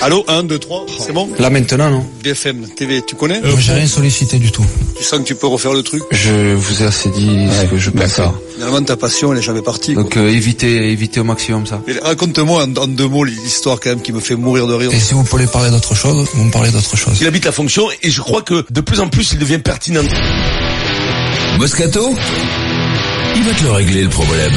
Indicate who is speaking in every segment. Speaker 1: Allô, 1, 2, 3, c'est bon
Speaker 2: Là maintenant, non
Speaker 1: BFM TV, tu connais
Speaker 2: Moi, j'ai rien sollicité du tout.
Speaker 1: Tu sens que tu peux refaire le truc
Speaker 2: Euh, Je vous ai assez dit ce que je pensais.
Speaker 1: Finalement, ta passion, elle est jamais partie. quoi.
Speaker 2: Donc euh, évitez, évitez au maximum ça.
Speaker 1: Mais Raconte-moi en, en deux mots l'histoire quand même qui me fait mourir de rire.
Speaker 3: Et si vous voulez parler d'autre chose, vous me parlez d'autre chose.
Speaker 4: Il habite la fonction et je crois que de plus en plus il devient pertinent.
Speaker 5: Moscato Il va te le régler le problème.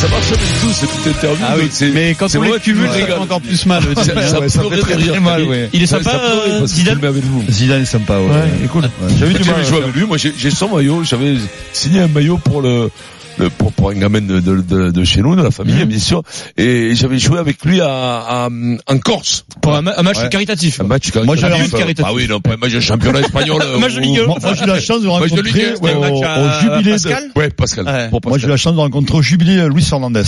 Speaker 4: Ça marche pas du tout cette interview.
Speaker 6: Ah oui,
Speaker 4: c'est-
Speaker 6: mais quand
Speaker 4: c'est
Speaker 6: on
Speaker 4: moi
Speaker 6: les
Speaker 4: qui
Speaker 6: cumule,
Speaker 4: me
Speaker 6: ça fait
Speaker 4: régale.
Speaker 6: encore plus mal.
Speaker 4: Ça- ça
Speaker 6: Ouais,
Speaker 4: pleurait de rire. Il-
Speaker 6: Il est sympa, euh, Zidane
Speaker 7: Zidane est sympa, ouais.
Speaker 6: Ouais, écoute,
Speaker 7: J'avais du
Speaker 4: J'ai
Speaker 7: mal.
Speaker 4: jamais joué
Speaker 8: hein.
Speaker 4: avec lui. Moi, j'ai j'ai 100 maillots. J'avais signé un maillot pour le, le- pour, pour un gamin de, de, de, de chez nous, de la famille, bien sûr. Et j'avais joué avec lui à, à- en Corse.
Speaker 6: Pour un, ma- un match
Speaker 7: Ouais.
Speaker 6: caritatif.
Speaker 4: Un match
Speaker 7: Moi, j'avais
Speaker 4: caritatif.
Speaker 6: un caritatif.
Speaker 4: Ah oui, non, pas un match de championnat espagnol.
Speaker 6: Un match de Ligue
Speaker 7: Moi, moi, j'ai eu la chance de
Speaker 4: Moi, je le
Speaker 7: rencontrer
Speaker 4: dis, c'était
Speaker 7: au,
Speaker 4: un match
Speaker 7: au jubilé de...
Speaker 4: Ouais, Pascal.
Speaker 6: Ouais.
Speaker 4: Pour
Speaker 7: Moi, j'ai eu
Speaker 4: Pascal.
Speaker 7: la chance de rencontrer au jubilé euh, Luis Fernandez.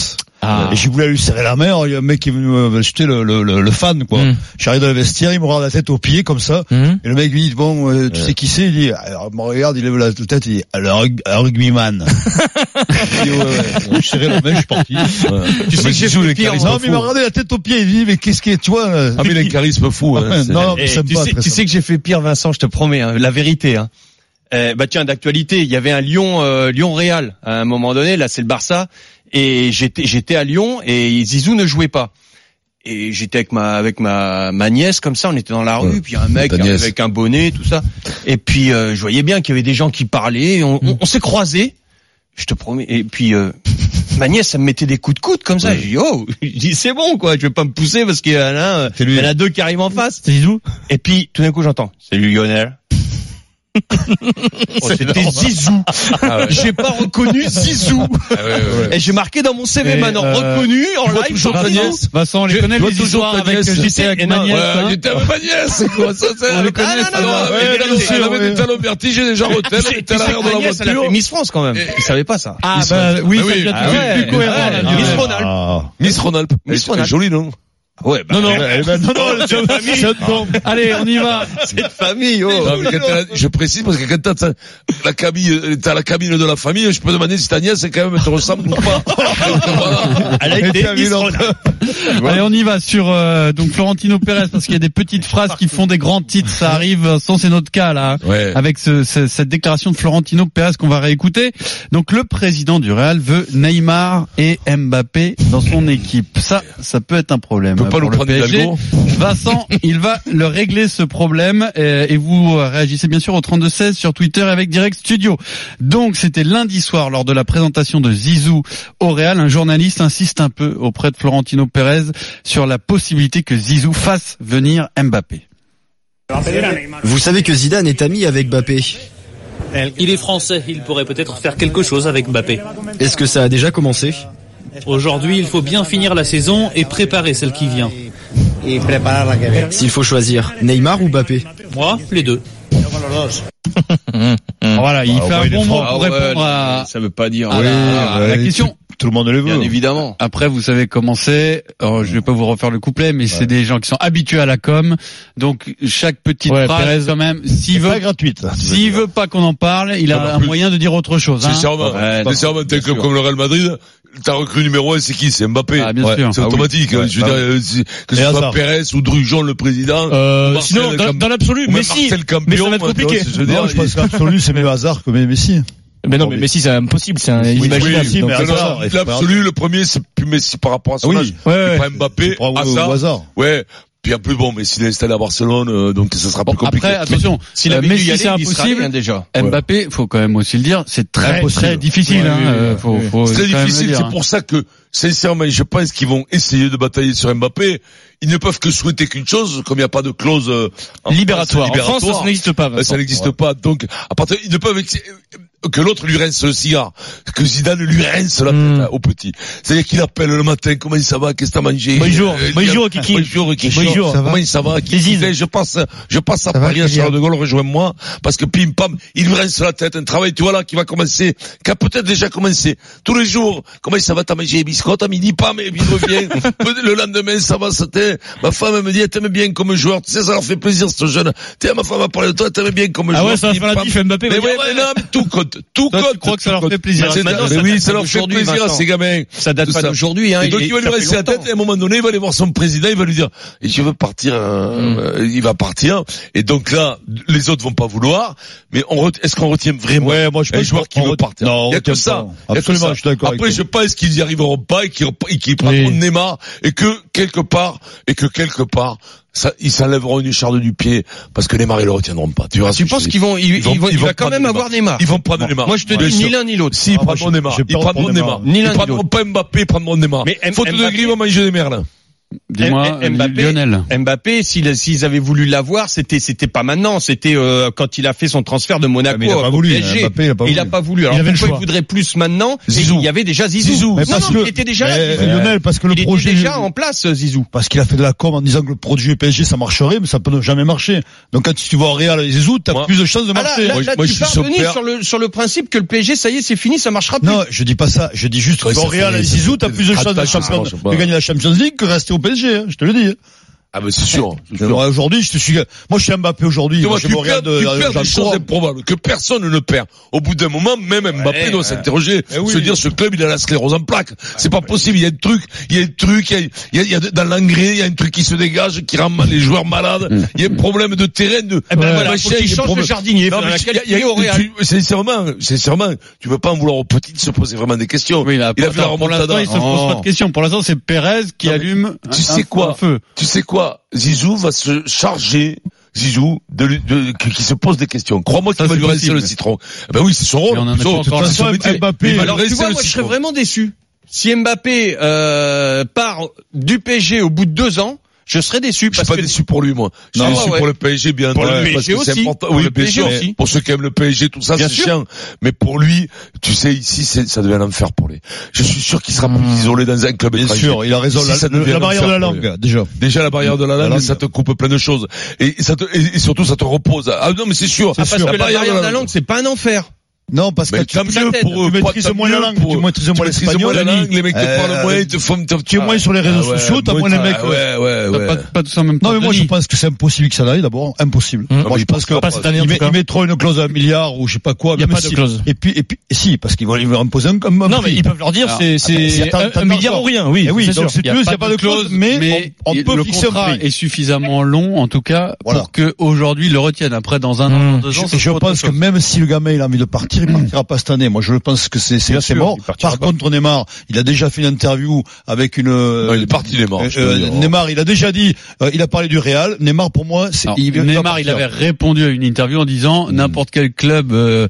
Speaker 6: Ah.
Speaker 7: Et je voulais lui serrer la main, alors il y a un mec qui est venu me jeter le, le, le, le fan, quoi.
Speaker 8: Hmm.
Speaker 6: Mm.
Speaker 7: J'arrive dans le vestiaire, il me regarde la tête aux pieds, comme ça.
Speaker 6: Mhm.
Speaker 7: Et le mec lui dit, bon, euh, tu sais qui c'est? Il dit, alors, il me regarde, il lève la tête, il dit, le rug- un rugbyman. je dis, ouais, ouais. Donc, Je serrais la main, je suis parti.
Speaker 6: Tu sais que j'ai joué pire.
Speaker 7: Non, mais il m'a regardé la tête aux pieds, il dit, mais qu'est-ce qui est, tu vois? euh,
Speaker 4: Ah, mais il a un charisme fou. hein. C'est-
Speaker 7: non,
Speaker 6: Eh,
Speaker 7: mais ça me
Speaker 6: tu,
Speaker 7: pas,
Speaker 6: sais,
Speaker 7: très
Speaker 6: tu
Speaker 7: ça.
Speaker 6: sais que j'ai fait pire, Vincent, je te promets, hein, la vérité. Hein. Euh, bah tiens, d'actualité, il y avait un Lyon, euh, Lyon Real à un moment donné. Là, c'est le Barça, et j'étais, j'étais à Lyon et Zizou ne jouait pas. Et j'étais avec ma, avec ma, ma nièce comme ça, on était dans la rue, puis il y a un mec
Speaker 4: ta nièce.
Speaker 6: avec un bonnet, tout ça. Et puis euh, je voyais bien qu'il y avait des gens qui parlaient. On,
Speaker 4: Mm.
Speaker 6: on- on s'est croisés. Je te promets. Et puis euh, ma nièce, elle me mettait des coups de coude comme ça. J'ai dit oh, je dis c'est bon quoi, je vais pas me pousser parce qu'il y en a, un, euh,
Speaker 7: C'est lui.
Speaker 6: il y en a deux qui arrivent en face. Zizou. Et puis tout d'un coup j'entends c'est Lionel. Oh, C'était Zizou. J'ai pas reconnu Zizou.
Speaker 4: Ah, ouais, ouais, ouais.
Speaker 6: Et j'ai marqué dans mon CV
Speaker 8: Et,
Speaker 6: maintenant
Speaker 8: euh,
Speaker 6: reconnu en
Speaker 4: vois
Speaker 6: live.
Speaker 4: toujours ta
Speaker 6: Zizou.
Speaker 4: nièce
Speaker 8: Vincent, on hein. les connaît
Speaker 4: Toi,
Speaker 8: les
Speaker 4: toujours
Speaker 8: histoires
Speaker 4: ta
Speaker 8: avec
Speaker 4: nièce.
Speaker 8: j'étais avec ma nièce.
Speaker 4: Ouais,
Speaker 8: hein.
Speaker 4: J'étais avec ma nièce, c'est quoi ça c'est-
Speaker 8: On les connaît,
Speaker 6: Ah, non,
Speaker 8: ça
Speaker 6: non,
Speaker 8: va.
Speaker 6: non,
Speaker 4: Elle
Speaker 6: mais
Speaker 4: avait-
Speaker 6: bien sûr,
Speaker 4: elle avait
Speaker 6: ouais.
Speaker 4: des talons vertigineux, déjà rotel, elle était à l'arrière de la
Speaker 6: Agnès, elle a fait
Speaker 4: voiture.
Speaker 6: Miss France quand même.
Speaker 4: Et-
Speaker 6: Il savait pas ça.
Speaker 8: Ah,
Speaker 4: Miss
Speaker 8: bah oui,
Speaker 4: Ah
Speaker 8: ça
Speaker 4: oui,
Speaker 8: devient
Speaker 4: ah
Speaker 8: tout de
Speaker 6: ouais.
Speaker 8: suite plus cohérent.
Speaker 6: Ah ouais,
Speaker 8: là.
Speaker 6: Miss Ronald.
Speaker 7: Ah.
Speaker 4: Miss Ronalp.
Speaker 6: Miss
Speaker 4: C'est
Speaker 6: Ronalp.
Speaker 4: Joli, non
Speaker 6: Ouais, bah,
Speaker 8: Non, non.
Speaker 7: Eh ben, non, non, je- je tombe.
Speaker 8: Allez, on y va.
Speaker 6: cette famille, oh.
Speaker 4: Non, mais quand t'as la- je précise parce que quand t'as ta- la cabine, euh, t'as la cabine de la famille, je peux demander si ta nièce quand même te ressemble ou pas. Voilà.
Speaker 6: Elle a été Miss Ronald.
Speaker 8: Allez, on y va sur euh, donc Florentino Pérez parce qu'il y a des petites phrases qui font des grands titres. Ça arrive, sans c'est notre cas là. hein.
Speaker 4: Ouais.
Speaker 7: Ah,
Speaker 8: Avec ce- ce- cette déclaration de Florentino Pérez qu'on va réécouter. Donc le président du Real veut Neymar et Mbappé dans son équipe. Ça, ça peut être un problème. hein,
Speaker 4: On peut pas nous
Speaker 8: pour le
Speaker 4: prendre
Speaker 8: PSG.
Speaker 4: Hidalgo.
Speaker 8: Vincent, il va le régler ce problème euh, et vous euh, réagissez bien sûr au 32-16 sur Twitter avec Direct Studio. Donc c'était lundi soir lors de la présentation de Zizou au Real, un journaliste insiste un peu auprès de Florentino Pérez sur la possibilité que Zizou fasse venir Mbappé.
Speaker 9: Vous savez que Zidane est ami avec Mbappé.
Speaker 10: Il est français, il pourrait peut-être faire quelque chose avec Mbappé.
Speaker 9: Est-ce que ça a déjà commencé
Speaker 10: Aujourd'hui, il faut bien finir la saison et préparer celle qui vient.
Speaker 9: S'il faut choisir Neymar ou Mbappé
Speaker 10: Moi, les deux.
Speaker 8: Voilà, il
Speaker 7: au
Speaker 8: fait
Speaker 7: moins,
Speaker 8: un
Speaker 7: il est
Speaker 8: bon mot pour
Speaker 7: franc.
Speaker 4: Ah Hmm. ouais,
Speaker 8: répondre à,
Speaker 4: Ça veut pas dire.
Speaker 6: Ah
Speaker 8: à la, à la
Speaker 7: ouais,
Speaker 8: question.
Speaker 7: Tout le monde les veut.
Speaker 4: évidemment.
Speaker 8: Après, vous savez comment c'est. Alors, Je vais pas vous refaire le couplet, mais c'est des gens qui sont habitués à la com. Donc chaque petite
Speaker 6: Ouais,
Speaker 8: phrase,
Speaker 6: Pérez-
Speaker 8: quand même, s'il
Speaker 7: C'est
Speaker 8: veut
Speaker 7: pas gratuite.
Speaker 8: S'il veut pas qu'on en parle,
Speaker 6: Ah
Speaker 8: il
Speaker 6: bah,
Speaker 4: Non,
Speaker 8: a un
Speaker 4: plus.
Speaker 8: moyen de dire autre chose. Hein.
Speaker 4: Sincèrement,
Speaker 7: Ouais,
Speaker 4: sincèrement, t'es que comme le Real Madrid, t'as recru numéro un, c'est qui C'est Mbappé.
Speaker 8: Ah, bien sûr.
Speaker 4: C'est
Speaker 8: Ah oui.
Speaker 4: automatique. hein.
Speaker 7: Ouais,
Speaker 4: Je veux
Speaker 7: bah
Speaker 4: dire, euh, si- que ce
Speaker 7: Et
Speaker 4: soit
Speaker 7: Hazard.
Speaker 4: Pérez ou Drujon, le président.
Speaker 6: Euh,
Speaker 4: Marcel
Speaker 6: sinon, dans,
Speaker 4: Cam-
Speaker 6: dans l'absolu,
Speaker 4: ou même
Speaker 6: Messi.
Speaker 4: Marcel Campion,
Speaker 6: mais ça va être
Speaker 4: moi, tu vois,
Speaker 6: compliqué.
Speaker 4: je veux dire,
Speaker 7: Non, je pense qu'absolu, c'est mieux hasard que Messi.
Speaker 6: Mais non, mais Messi, c'est impossible, c'est un
Speaker 7: Oui,
Speaker 6: inimaginable.
Speaker 7: oui,
Speaker 6: Donc,
Speaker 7: mais
Speaker 4: Non, non,
Speaker 7: Hazard, il
Speaker 4: L'absolu, le premier, c'est plus Messi par rapport à son
Speaker 7: Oui.
Speaker 4: âge.
Speaker 8: Ouais,
Speaker 4: C'est
Speaker 8: ouais.
Speaker 4: pas Mbappé,
Speaker 7: Tu prends au-
Speaker 4: Hazard.
Speaker 7: au hasard.
Speaker 4: Ouais. Puis après, bon, Messi est installé à Barcelone, euh, donc ça sera plus compliqué.
Speaker 8: Après, attention,
Speaker 6: S'il
Speaker 8: euh,
Speaker 6: avait dû y
Speaker 8: Messi
Speaker 6: aller,
Speaker 8: c'est
Speaker 6: il y serait allé, hein,
Speaker 8: impossible. Eh ben,
Speaker 6: déjà.
Speaker 8: Mbappé, faut quand même aussi le dire, c'est très
Speaker 7: Impossible.
Speaker 8: très difficile.
Speaker 6: Ouais,
Speaker 8: hein,
Speaker 6: oui,
Speaker 8: euh,
Speaker 6: oui,
Speaker 8: faut,
Speaker 6: oui.
Speaker 8: faut
Speaker 4: C'est
Speaker 8: quand
Speaker 4: très
Speaker 8: même le
Speaker 4: difficile.
Speaker 8: dire,
Speaker 4: C'est
Speaker 8: hein.
Speaker 4: pour ça que, sincèrement, je pense qu'ils vont essayer de batailler sur Mbappé. Ils ne peuvent que souhaiter qu'une chose, comme il n'y a pas de clause euh, en
Speaker 6: Libératoire. En
Speaker 4: France,
Speaker 6: France, ça ça n'existe pas.
Speaker 4: euh, ça
Speaker 6: Vincent.
Speaker 4: n'existe pas. Donc, à partir, ils ne peuvent ex- euh, que l'autre lui rince le cigare, que Zidane lui rince la tête
Speaker 6: Mm.
Speaker 4: hein, au petit. C'est-à-dire qu'il appelle le matin, comment ça va, qu'est-ce que t'as mangé
Speaker 6: Bonjour,
Speaker 4: Euh,
Speaker 6: bonjour, Kiki.
Speaker 4: Bonjour, Kiki.
Speaker 6: Bonjour. Ça va
Speaker 4: Comment ça va Kiki
Speaker 6: Ziz.
Speaker 4: Je passe, je passe à
Speaker 7: va,
Speaker 4: Paris, à
Speaker 7: Kylian
Speaker 4: Charles de Gaulle, rejoins-moi, parce que pim pam, il lui rince la tête, un travail, tu vois là, qui va commencer, qui a peut-être déjà commencé. Tous les jours, comment ça va, t'as mangé des biscuits Scott à midi, pam, et il revient. le lendemain, ça va, ça t'est. Ma femme elle me dit, elle t'aime bien comme joueur. Tu sais, ça leur fait plaisir, ce jeune. Tiens, ma femme a parlé de toi, elle t'aime bien comme
Speaker 10: Ah
Speaker 4: joueur.
Speaker 10: ouais, ça va
Speaker 4: Dis,
Speaker 10: faire la
Speaker 4: pam.
Speaker 10: diff, Mbappé.
Speaker 4: Mais
Speaker 10: va dire,
Speaker 4: ouais, mais non, mais tout compte, tout
Speaker 10: Toi, tu
Speaker 4: compte.
Speaker 10: crois que ça
Speaker 4: tout
Speaker 10: leur fait
Speaker 4: compte.
Speaker 10: plaisir.
Speaker 4: C'est-
Speaker 10: Maintenant, ça
Speaker 4: mais oui,
Speaker 10: date
Speaker 4: ça
Speaker 10: pas
Speaker 4: leur fait
Speaker 10: d'aujourd'hui,
Speaker 4: plaisir à
Speaker 10: Vincent.
Speaker 4: ces gamins.
Speaker 6: Ça date
Speaker 4: Tout
Speaker 6: pas
Speaker 4: ça.
Speaker 6: d'aujourd'hui, hein.
Speaker 4: et donc
Speaker 6: est-
Speaker 4: il va lui
Speaker 6: ça fait
Speaker 4: rester la
Speaker 6: longtemps.
Speaker 4: tête et à un moment donné il va aller voir son président, il va lui dire je veux partir, euh, euh, il va partir et donc là les autres vont pas vouloir mais on ret- est-ce qu'on retient vraiment
Speaker 7: Ouais, moi je
Speaker 4: un
Speaker 7: pense
Speaker 4: joueur qui
Speaker 7: qu'on
Speaker 4: veut
Speaker 7: re-
Speaker 4: partir
Speaker 7: Non, on
Speaker 4: Il y a que
Speaker 7: retient
Speaker 4: ça.
Speaker 7: pas.
Speaker 4: Il y a que
Speaker 7: Absolument,
Speaker 4: ça.
Speaker 7: je suis d'accord. avec
Speaker 4: Après
Speaker 7: toi.
Speaker 4: je pense qu'ils y arriveront pas et qu'ils rep- et qu'ils prendront
Speaker 10: Oui.
Speaker 4: Neymar et que quelque part et que quelque part ça, ils s'enlèveront une charde du pied parce que Neymar ils le retiendront pas. Tu vois ce
Speaker 6: Tu
Speaker 4: que je
Speaker 6: penses
Speaker 4: dis
Speaker 6: qu'ils vont, ils,
Speaker 4: Ils vont-
Speaker 6: ils vont-
Speaker 4: ils
Speaker 6: il
Speaker 4: vont
Speaker 6: va quand
Speaker 4: prendre
Speaker 6: même
Speaker 4: Neymar.
Speaker 6: avoir Neymar.
Speaker 4: ils vont prendre Neymar.
Speaker 6: Moi, je te
Speaker 4: Bien
Speaker 6: dis
Speaker 4: sûr.
Speaker 6: ni l'un ni l'autre.
Speaker 4: Si, ils
Speaker 7: Ah, moi,
Speaker 4: prendront
Speaker 7: j'ai-
Speaker 4: Neymar.
Speaker 7: j'ai
Speaker 4: Ils
Speaker 7: peur
Speaker 4: prendront
Speaker 7: pour
Speaker 4: Neymar.
Speaker 7: Neymar.
Speaker 6: Ni l'un
Speaker 4: Ils
Speaker 6: ni
Speaker 4: prendront
Speaker 6: l'autre.
Speaker 4: pas Mbappé, ils prendront Neymar.
Speaker 6: Mais M-
Speaker 4: Faute de
Speaker 6: Mbappé-
Speaker 4: Grimm, on mange des merles.
Speaker 8: Dis-moi,
Speaker 6: M- Mbappé.
Speaker 8: Lionel.
Speaker 6: Mbappé, s'il- s'ils avaient voulu l'avoir, c'était c'était pas maintenant, c'était euh, quand il a fait son transfert de Monaco
Speaker 7: Ah, Mais il a pas
Speaker 6: au
Speaker 7: voulu, hein,
Speaker 6: PSG.
Speaker 7: Mbappé, il a pas
Speaker 6: Il a
Speaker 7: voulu.
Speaker 6: pas voulu. Alors
Speaker 10: avait le
Speaker 6: pourquoi
Speaker 10: choix.
Speaker 6: il voudrait plus maintenant C'est
Speaker 4: Zizou.
Speaker 6: qu'il y avait déjà Zizou.
Speaker 4: Zizou.
Speaker 7: Mais
Speaker 6: Non,
Speaker 7: parce
Speaker 6: non,
Speaker 7: que-
Speaker 6: il était déjà là.
Speaker 7: Mais,
Speaker 6: Zizou.
Speaker 7: mais Lionel, parce que le
Speaker 6: Euh, il était
Speaker 7: projet,
Speaker 6: déjà en place, Zizou.
Speaker 7: parce qu'il a fait de la com en disant que le produit du PSG ça marcherait, mais ça peut ne jamais marcher. Donc quand tu vois au Real et Zizou, t'as
Speaker 4: Moi-
Speaker 7: plus de chances de
Speaker 6: Ah là,
Speaker 7: marcher.
Speaker 6: là, là,
Speaker 4: moi,
Speaker 6: tu
Speaker 4: je
Speaker 6: pars
Speaker 4: suis
Speaker 6: Denis,
Speaker 4: super.
Speaker 6: sur le sur le principe que le PSG, ça y est, c'est fini, ça marchera plus.
Speaker 7: Non, je dis pas ça. Je dis juste que
Speaker 4: Ouais,
Speaker 7: tu vas au
Speaker 4: ça
Speaker 7: Real
Speaker 4: fait-
Speaker 7: et
Speaker 4: ça
Speaker 7: Zizou,
Speaker 4: fait-
Speaker 7: t'as plus de chances de,
Speaker 4: Attaque, ça
Speaker 7: champion-
Speaker 4: marche pas.
Speaker 7: de gagner la Champions League que rester au PSG. hein, je te le dis. hein.
Speaker 4: Ah, mais c'est sûr. c'est sûr.
Speaker 7: Moi, Aujourd'hui, je te suis. Moi, je suis Mbappé aujourd'hui.
Speaker 4: Tu vois,
Speaker 7: Moi, je euh,
Speaker 4: tu
Speaker 7: vais au
Speaker 4: perds,
Speaker 7: Real de-
Speaker 4: tu
Speaker 6: euh,
Speaker 7: de-
Speaker 4: perds
Speaker 7: Jean
Speaker 4: des choses
Speaker 7: Courant.
Speaker 4: improbables que personne ne perd. Au bout d'un moment, même Mbappé doit s'interroger,
Speaker 6: Eh
Speaker 4: se dire ce club il a la sclérose en plaques. C'est pas possible. Il y a un truc, il y a un truc, il y a- il y a, il y a de- dans l'engrais, il y a un truc qui se dégage, qui rend mal- les joueurs malades. Il y a un problème de terrain, de
Speaker 6: Eh ben
Speaker 4: de
Speaker 6: voilà,
Speaker 4: machin,
Speaker 6: faut
Speaker 4: il
Speaker 6: qu'il
Speaker 4: y a un
Speaker 6: change le
Speaker 4: problème-
Speaker 6: jardinier.
Speaker 4: Non,
Speaker 6: dans
Speaker 4: mais
Speaker 6: laquelle
Speaker 4: il y a-
Speaker 6: il est au
Speaker 4: il y a-
Speaker 6: Real.
Speaker 4: tu- sincèrement, sincèrement, tu peux pas en vouloir aux petits de se poser vraiment des questions.
Speaker 8: Oui, là,
Speaker 4: il a
Speaker 8: pour-
Speaker 4: fait la
Speaker 8: attends, pour
Speaker 4: remontada. Oh.
Speaker 8: l'instant, il se pose pas de questions. Pour l'instant, c'est Pérez qui
Speaker 4: Non, mais
Speaker 8: allume
Speaker 4: tu
Speaker 8: un-
Speaker 4: sais
Speaker 8: un-
Speaker 4: quoi
Speaker 8: un feu.
Speaker 4: Tu sais quoi Zizou va se charger, Zizou, de, lui- de- qui qui se pose des questions. Crois-moi
Speaker 8: Ça,
Speaker 4: qu'il va
Speaker 8: c'est
Speaker 4: lui rester
Speaker 8: possible.
Speaker 4: le citron. Eh Ben oui, c'est son rôle.
Speaker 8: Mais on en est
Speaker 4: plutôt. De
Speaker 8: pas
Speaker 4: toute
Speaker 8: encore là.
Speaker 4: façon,
Speaker 8: Mbappé-
Speaker 4: il va lui
Speaker 6: Alors tu
Speaker 4: rester
Speaker 6: vois,
Speaker 4: le
Speaker 6: moi je serais
Speaker 4: citron.
Speaker 6: vraiment déçu. Si Mbappé euh, part du PSG au bout de deux ans, je serais
Speaker 4: Je
Speaker 6: déçu
Speaker 4: suis
Speaker 6: parce
Speaker 4: pas
Speaker 6: que
Speaker 4: déçu pour lui, moi. Je suis
Speaker 6: Non.
Speaker 4: déçu
Speaker 6: Ah ouais.
Speaker 4: pour le PSG, bien
Speaker 6: Pour le
Speaker 4: entendu, parce
Speaker 6: PSG
Speaker 4: que c'est
Speaker 6: aussi.
Speaker 4: important.
Speaker 6: Pour
Speaker 4: Oui,
Speaker 6: le
Speaker 4: bien
Speaker 6: PSG
Speaker 4: sûr.
Speaker 6: aussi.
Speaker 4: Pour ceux qui aiment le PSG, tout ça,
Speaker 6: Bien
Speaker 4: c'est
Speaker 6: sûr.
Speaker 4: chiant. Mais pour lui, tu sais, ici, c'est- ça devient un enfer pour lui. Je suis sûr qu'il sera plus isolé dans un club
Speaker 7: Bien
Speaker 4: étranger.
Speaker 7: sûr, il a raison.
Speaker 4: Si
Speaker 7: la-
Speaker 4: ça
Speaker 7: le-
Speaker 4: devient
Speaker 7: La barrière de la
Speaker 4: l'enfer pour
Speaker 7: langue, déjà.
Speaker 4: Déjà la barrière de la langue,
Speaker 7: langue.
Speaker 4: ça te coupe plein de choses et ça te et et surtout ça te repose. Ah non mais c'est sûr.
Speaker 6: Ah, parce
Speaker 4: sûr.
Speaker 6: que la barrière de la langue, c'est pas un enfer.
Speaker 7: Non, parce que
Speaker 4: Mais
Speaker 7: tu
Speaker 4: tant mieux pour eux.
Speaker 7: tu
Speaker 4: pas-
Speaker 7: maîtrises
Speaker 4: tant
Speaker 7: moins la
Speaker 4: mieux
Speaker 7: langue,
Speaker 4: pour
Speaker 7: tu
Speaker 4: eux.
Speaker 7: maîtrises
Speaker 4: Tu
Speaker 7: moins
Speaker 4: maîtrises
Speaker 7: l'espagnol,
Speaker 4: moins la
Speaker 7: Denis.
Speaker 4: langue, les mecs te
Speaker 7: Euh,
Speaker 4: parlent moins, ils te Ah. font,
Speaker 7: Tu es moins sur les réseaux
Speaker 4: Ah ouais,
Speaker 7: sociaux, t'as moins les mecs.
Speaker 4: Ah ouais, ouais,
Speaker 8: Pas-
Speaker 4: ouais.
Speaker 8: Pas, pas tous en même temps.
Speaker 7: Non mais moi je
Speaker 8: Denis.
Speaker 7: pense que c'est impossible que ça n'aille d'abord, impossible. Moi je pense que
Speaker 10: Hum. Pas cette année, en
Speaker 7: ils,
Speaker 10: tout
Speaker 7: met-
Speaker 10: cas.
Speaker 7: ils mettront une clause à un milliard ou je sais pas quoi.
Speaker 10: Il y a
Speaker 7: même
Speaker 10: pas de
Speaker 7: si-
Speaker 10: clause.
Speaker 7: Et puis et puis et si parce qu'ils vont ils vont imposer un comme
Speaker 10: Non, mais ils peuvent leur dire,
Speaker 8: Alors,
Speaker 10: c'est,
Speaker 7: mais si,
Speaker 10: c'est
Speaker 7: attends,
Speaker 10: un-
Speaker 7: attends,
Speaker 10: un milliard
Speaker 7: attends.
Speaker 10: ou rien, oui.
Speaker 7: Eh oui,
Speaker 10: c'est
Speaker 7: donc
Speaker 10: sûr.
Speaker 7: c'est
Speaker 8: Il y
Speaker 7: plus, il n'y a pas de clause, mais on on
Speaker 8: il-
Speaker 7: peut
Speaker 8: le
Speaker 7: fixer un
Speaker 8: contrat
Speaker 7: prix.
Speaker 8: est suffisamment long, en tout cas,
Speaker 7: Voilà.
Speaker 8: pour que aujourd'hui ils le retiennent. Après, dans un an,
Speaker 10: Mmh.
Speaker 8: deux ans,
Speaker 7: Je,
Speaker 8: ça
Speaker 7: je
Speaker 8: sera autre
Speaker 7: pense que
Speaker 8: chose.
Speaker 7: même si le gamin il a envie de partir, il partira pas cette année. Moi, je pense que c'est c'est
Speaker 10: Bien
Speaker 7: c'est
Speaker 10: sûr,
Speaker 7: mort.
Speaker 10: il partira
Speaker 7: Par
Speaker 10: pas.
Speaker 7: contre, Neymar, il a déjà fait une interview avec une.
Speaker 4: Non, il est parti, il est mort.
Speaker 7: Euh,
Speaker 4: je peux le dire.
Speaker 7: Neymar, il a déjà dit, euh, il a parlé du Real. Neymar, pour moi, c'est
Speaker 8: Alors,
Speaker 7: il- il doit
Speaker 8: Neymar,
Speaker 7: partir. Mmh.
Speaker 8: il avait répondu à une interview en disant n'importe quel club, euh,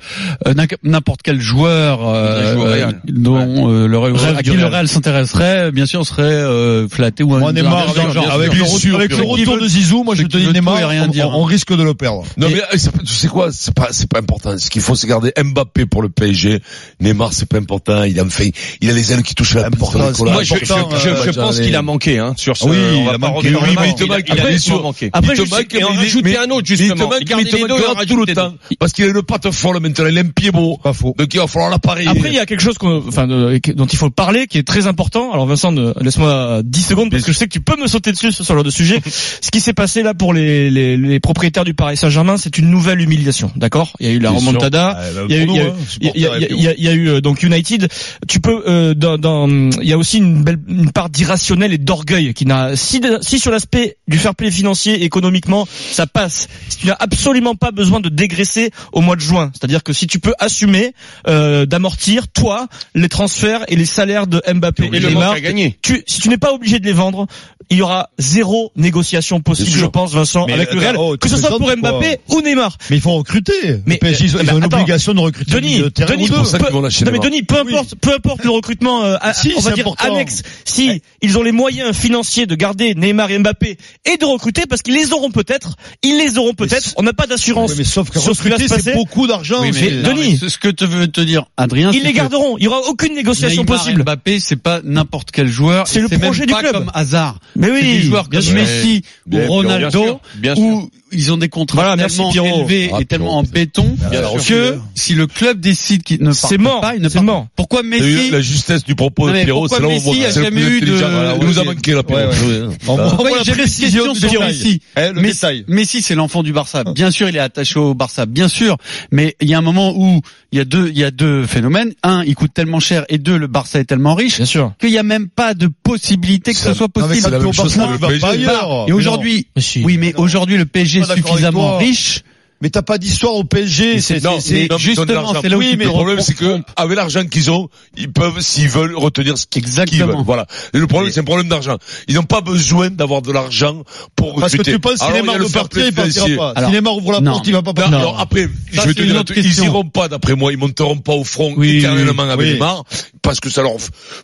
Speaker 8: euh, n'inc- n'importe quel joueur
Speaker 6: Il a joué au
Speaker 8: euh,
Speaker 6: Real.
Speaker 8: dont euh, le Real-
Speaker 10: Rêve
Speaker 8: à
Speaker 10: du
Speaker 8: qui le
Speaker 10: Real.
Speaker 8: Real s'intéresserait, bien sûr, serait euh, flatté ou
Speaker 7: Moi,
Speaker 8: un
Speaker 7: Neymar,
Speaker 8: un-
Speaker 7: avec,
Speaker 8: genre,
Speaker 7: avec
Speaker 8: bien
Speaker 7: le,
Speaker 8: sûr.
Speaker 7: retour- avec le
Speaker 8: Ceux qui
Speaker 7: retour
Speaker 8: veulent-
Speaker 7: de Zizou, moi,
Speaker 8: ceux
Speaker 7: je te
Speaker 8: qui
Speaker 7: dis
Speaker 8: veulent
Speaker 7: Neymar,
Speaker 8: tout et rien
Speaker 7: on,
Speaker 8: dire,
Speaker 7: on- on risque de le perdre.
Speaker 4: Non mais euh, c'est pas- tu sais quoi, c'est pas c'est pas important. Ce qu'il faut c'est garder Mbappé pour le PSG. Neymar c'est pas important. Il a fait, il a les ailes qui touchent à la
Speaker 7: Important,
Speaker 4: porte.
Speaker 7: c'est
Speaker 6: Moi, je, je-
Speaker 7: important,
Speaker 6: je-
Speaker 7: euh,
Speaker 6: je pense qu'il a manqué hein, sur ce.
Speaker 7: Ah Oui,
Speaker 6: on va
Speaker 7: il a
Speaker 6: pas
Speaker 7: manqué,
Speaker 6: revenir
Speaker 7: oui,
Speaker 6: vraiment.
Speaker 7: mais
Speaker 4: il te manque,
Speaker 6: il a
Speaker 4: après,
Speaker 6: nettement
Speaker 4: je-
Speaker 6: manqué.
Speaker 4: Après,
Speaker 6: il
Speaker 4: je
Speaker 6: te manque,
Speaker 4: sais-
Speaker 6: et en
Speaker 4: mais-
Speaker 6: rajouter
Speaker 4: mais-
Speaker 6: un autre
Speaker 4: Il te
Speaker 6: justement.
Speaker 4: manque,
Speaker 6: Gardez
Speaker 4: il te
Speaker 6: les deux, en
Speaker 4: manque tout
Speaker 6: rajoutez
Speaker 4: le temps parce qu'il a une patte folle maintenant. Il a un pied beau.
Speaker 7: Pas faux.
Speaker 4: Donc il va falloir l'appareiller.
Speaker 10: Après, il y a quelque chose qu'on, enfin, de- dont il faut parler, qui est très important. Alors, Vincent, ne- laisse-moi 10 secondes, parce que je sais que tu peux me sauter dessus sur sur le sujet. Ce qui s'est passé là pour les, les, les propriétaires du Paris Saint-Germain, c'est une nouvelle humiliation. D'accord? Il y a eu la
Speaker 4: Bien sûr.
Speaker 8: Ah,
Speaker 10: remontada. Il y a eu, il y a eu-
Speaker 4: hein.
Speaker 10: il y a- il y a- il y a- il y a eu euh, donc United. Tu peux, euh, dans, dans- il y a aussi une belle une part d'irrationnel et d'orgueil qui n'a si, de- si sur l'aspect du fair play financier économiquement ça passe. Si tu n'as absolument pas besoin de dégraisser au mois de juin, c'est-à-dire que si tu peux assumer euh, d'amortir toi les transferts et les salaires de Mbappé
Speaker 6: Et
Speaker 10: et
Speaker 6: le
Speaker 10: Neymar,
Speaker 6: manque à gagner.
Speaker 10: tu, si tu n'es pas obligé de les vendre, il y aura zéro négociation possible,
Speaker 4: Bien
Speaker 10: je
Speaker 4: sûr.
Speaker 10: pense, Vincent,
Speaker 7: Mais
Speaker 10: avec le
Speaker 7: attends,
Speaker 10: Real,
Speaker 7: oh, tu
Speaker 10: que ce soit
Speaker 7: plaisantes
Speaker 10: pour
Speaker 7: ou quoi
Speaker 10: Mbappé ou Neymar.
Speaker 7: Mais il faut recruter.
Speaker 10: Mais-
Speaker 7: le PSG, ils ont,
Speaker 10: mais
Speaker 7: ils ont une
Speaker 10: attends.
Speaker 7: obligation de recruter.
Speaker 10: Denis,
Speaker 7: le terrain
Speaker 10: Denis,
Speaker 7: ou deux.
Speaker 4: pour ça qu'ils vont lâcher
Speaker 10: non mais
Speaker 4: Neymar.
Speaker 10: Denis, peu importe, peu importe le recrutement, euh, à-
Speaker 7: Si,
Speaker 10: on va
Speaker 7: c'est
Speaker 10: dire
Speaker 7: important.
Speaker 10: annexe. Si ils ont les moyens financiers de garder Neymar et Mbappé et de recruter, parce qu'ils les auront peut-être, ils les auront peut-être. On n'a pas d'assurance.
Speaker 7: Oui, mais sauf que
Speaker 10: Sur ce qui va
Speaker 7: recruter,
Speaker 10: se
Speaker 7: c'est
Speaker 10: passer-
Speaker 7: beaucoup d'argent.
Speaker 8: Oui, mais-
Speaker 7: c'est-
Speaker 8: non, mais
Speaker 10: Denis.
Speaker 8: ce- ce que te veux te dire, Adrien,
Speaker 10: Ils
Speaker 8: c'est
Speaker 10: les
Speaker 8: que
Speaker 10: garderont. Il y aura aucune négociation
Speaker 8: Neymar et
Speaker 10: possible.
Speaker 8: Mbappé, c'est pas n'importe quel joueur.
Speaker 10: C'est
Speaker 8: et
Speaker 10: le projet
Speaker 8: même
Speaker 10: du
Speaker 8: pas
Speaker 10: club.
Speaker 8: Comme hasard.
Speaker 10: Mais
Speaker 8: C'est des
Speaker 10: oui,
Speaker 8: joueurs
Speaker 10: bien
Speaker 8: comme
Speaker 10: sûr.
Speaker 4: Bien
Speaker 8: Messi
Speaker 4: sûr,
Speaker 8: ou
Speaker 4: bien
Speaker 8: Ronaldo
Speaker 4: sûr, bien sûr.
Speaker 8: où ils ont des contrats
Speaker 10: Voilà, merci,
Speaker 8: tellement
Speaker 10: Pierrot.
Speaker 8: élevés et
Speaker 7: Ah,
Speaker 8: tellement en béton
Speaker 7: Bien sûr.
Speaker 8: que si le club décide qu'il ne
Speaker 10: C'est
Speaker 8: part
Speaker 10: mort,
Speaker 8: pas, il ne
Speaker 10: c'est
Speaker 8: part
Speaker 10: mort.
Speaker 8: Pourquoi Messi
Speaker 4: La justesse du propos
Speaker 8: Non,
Speaker 4: de
Speaker 8: mais
Speaker 4: Pierrot,
Speaker 8: pourquoi
Speaker 4: c'est là où on
Speaker 8: Messi
Speaker 4: voit
Speaker 8: a
Speaker 4: c'est le
Speaker 8: jamais
Speaker 4: plus
Speaker 8: eu de-
Speaker 4: intelligent. Voilà, Il nous a manqué, là, Pierrot.
Speaker 8: Pourquoi il y a jamais de question sur Messi
Speaker 4: Eh,
Speaker 7: Le
Speaker 8: Mais-
Speaker 7: détail.
Speaker 8: Messi, c'est l'enfant du Barça. Bien sûr, il est attaché au Barça, bien sûr. Mais il y a un moment où il y a deux, il y a deux phénomènes. Un, il coûte tellement cher, et deux, le Barça est tellement riche
Speaker 10: Bien sûr.
Speaker 8: qu'il n'y a même pas de possibilité que
Speaker 4: C'est
Speaker 8: ce soit
Speaker 7: Non, mais
Speaker 8: possible. Bah,
Speaker 7: quand
Speaker 4: la
Speaker 7: t'es au
Speaker 4: même chose
Speaker 7: Barça,
Speaker 4: que le
Speaker 7: tu vas
Speaker 4: PSG.
Speaker 7: pas ailleurs.
Speaker 8: Et aujourd'hui, oui, mais aujourd'hui, le PSG
Speaker 7: Je suis
Speaker 8: est
Speaker 7: pas d'accord avec
Speaker 8: suffisamment
Speaker 7: toi.
Speaker 8: riche.
Speaker 7: Mais t'as pas d'histoire au PSG. c'est-
Speaker 4: Non,
Speaker 7: c'est-
Speaker 4: non, mais ils ont de
Speaker 8: justement,
Speaker 4: l'argent.
Speaker 8: c'est là où
Speaker 4: Oui,
Speaker 8: tu
Speaker 4: mais le
Speaker 8: peux
Speaker 4: problème,
Speaker 8: reprendre
Speaker 4: c'est que, avec l'argent qu'ils ont, ils peuvent, s'ils veulent, retenir ce qu'ils qu'ils
Speaker 8: Exactement.
Speaker 4: veulent. Voilà. Et le problème, c'est un problème d'argent. Ils n'ont pas besoin d'avoir de l'argent pour
Speaker 7: Parce que
Speaker 4: recruter.
Speaker 7: tu penses qu'il
Speaker 4: Alors,
Speaker 7: est
Speaker 4: il y a
Speaker 7: marre
Speaker 4: le
Speaker 7: de
Speaker 4: fair
Speaker 7: partir,
Speaker 4: play
Speaker 7: il
Speaker 4: financier.
Speaker 7: partira pas.
Speaker 8: Alors-
Speaker 7: S'il est marre ouvre la
Speaker 8: Non.
Speaker 7: porte, il va pas
Speaker 4: Non,
Speaker 7: partir.
Speaker 4: alors après,
Speaker 8: Ça,
Speaker 4: je vais
Speaker 8: c'est
Speaker 4: te
Speaker 8: une
Speaker 4: dire, un
Speaker 8: autre
Speaker 4: truc, ils
Speaker 8: question.
Speaker 4: iront pas, d'après moi, ils monteront pas au front
Speaker 8: Oui,
Speaker 4: éternellement avec
Speaker 7: oui.
Speaker 4: Neymar, parce que ça leur,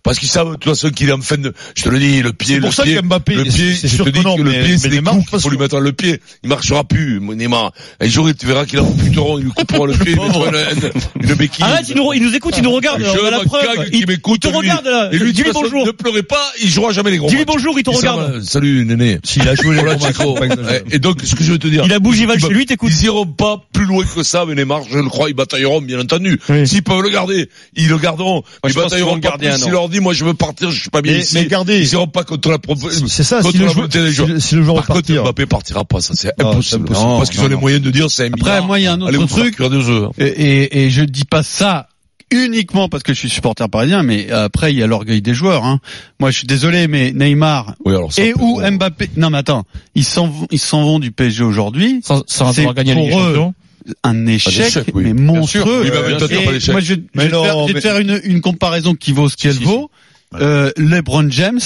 Speaker 4: parce qu'ils savent, de toute façon, qu'il est en fin de, je te le dis, le pied,
Speaker 7: C'est
Speaker 4: le
Speaker 7: pour ça
Speaker 4: pied,
Speaker 7: que Mbappé,
Speaker 4: le pied,
Speaker 7: c'est
Speaker 4: je te dis
Speaker 7: surprenant,
Speaker 4: que le
Speaker 7: mais-
Speaker 4: pied, c'est
Speaker 7: mais
Speaker 4: des
Speaker 7: Neymar,
Speaker 4: coups
Speaker 7: je
Speaker 4: qu'il
Speaker 7: pense
Speaker 4: faut lui
Speaker 7: que-
Speaker 4: mettre dans le pied. Il marchera plus, mon Neymar. Un jour, tu verras qu'il en amputeront, ils lui couperont le pied, ils mettront une, une béquille.
Speaker 10: Arrête, il nous, il nous écoute, il nous regarde.
Speaker 4: Ah, Je
Speaker 10: on a la
Speaker 4: me
Speaker 10: preuve.
Speaker 4: cague
Speaker 10: Il,
Speaker 4: qu'il m'écoute.
Speaker 10: il te
Speaker 4: lui.
Speaker 10: regarde euh, là.
Speaker 4: Et lui, de
Speaker 10: Dis-lui
Speaker 4: toute façon,
Speaker 10: bonjour.
Speaker 4: Ne pleurez pas, il jouera jamais les gros.
Speaker 10: Dis-lui
Speaker 4: matchs.
Speaker 10: bonjour, il te
Speaker 4: s'en
Speaker 10: regarde.
Speaker 4: va. Salut, néné.
Speaker 7: S'il a joué les
Speaker 4: Voilà le
Speaker 7: grands matchs,
Speaker 4: micro.
Speaker 7: faut pas exagérer.
Speaker 4: Ouais. Eh, Et donc, ce que je veux te dire.
Speaker 10: Il a bougé, il va
Speaker 4: Ils
Speaker 10: chez
Speaker 4: va-
Speaker 10: lui, t'écoutes.
Speaker 4: Ils iront pas plus loin que ça, mais Neymar, je le crois, ils batailleront, bien entendu.
Speaker 10: Oui.
Speaker 4: S'ils peuvent le garder, ils le garderont.
Speaker 6: je
Speaker 4: ils
Speaker 6: pense qu'ils vont
Speaker 4: batailleront
Speaker 6: le
Speaker 4: pas
Speaker 6: garder un
Speaker 4: plus. S'il
Speaker 6: an.
Speaker 4: leur dit, moi, je veux partir, je suis pas bien
Speaker 7: Mais-
Speaker 4: ici.
Speaker 7: mais gardez.
Speaker 4: Ils iront pas contre la pro-
Speaker 7: C'est ça,
Speaker 4: contre
Speaker 7: si le
Speaker 4: la
Speaker 7: joueur,
Speaker 4: volonté des
Speaker 7: si
Speaker 4: joueurs.
Speaker 7: le- si le joueur
Speaker 4: Par
Speaker 7: veut
Speaker 4: contre,
Speaker 7: partir.
Speaker 4: Mbappé partira pas, ça, c'est
Speaker 7: Non,
Speaker 4: impossible.
Speaker 7: c'est impossible.
Speaker 4: Parce qu'ils ont les moyens de dire, c'est un
Speaker 8: Après,
Speaker 4: milliard.
Speaker 8: moi, il y a un
Speaker 4: Allez
Speaker 8: autre
Speaker 4: vous
Speaker 8: truc.
Speaker 4: faire cuire des œufs.
Speaker 8: Et, et, et je dis pas ça uniquement parce que je suis supporter parisien, mais après il y a l'orgueil des joueurs. Hein. Moi, je suis désolé, mais Neymar
Speaker 4: Oui, alors ça,
Speaker 8: et
Speaker 4: peut-
Speaker 8: ou Mbappé. Non, mais attends, ils s'en vont, ils s'en vont du PSG aujourd'hui.
Speaker 10: Sans, sans
Speaker 8: C'est
Speaker 10: avoir gagné la Ligue des
Speaker 8: pour eux.
Speaker 10: Champions.
Speaker 8: Un échec,
Speaker 4: échec, oui.
Speaker 8: mais
Speaker 4: Bien sûr.
Speaker 8: monstrueux.
Speaker 4: Oui, mais avec toi,
Speaker 8: Et
Speaker 4: t'as pas l'échec.
Speaker 8: moi, je, je
Speaker 7: Mais
Speaker 8: vais te
Speaker 7: non,
Speaker 8: faire, je vais te
Speaker 7: mais-
Speaker 8: faire une, une comparaison qui vaut ce qu'elle vaut. Euh, LeBron James,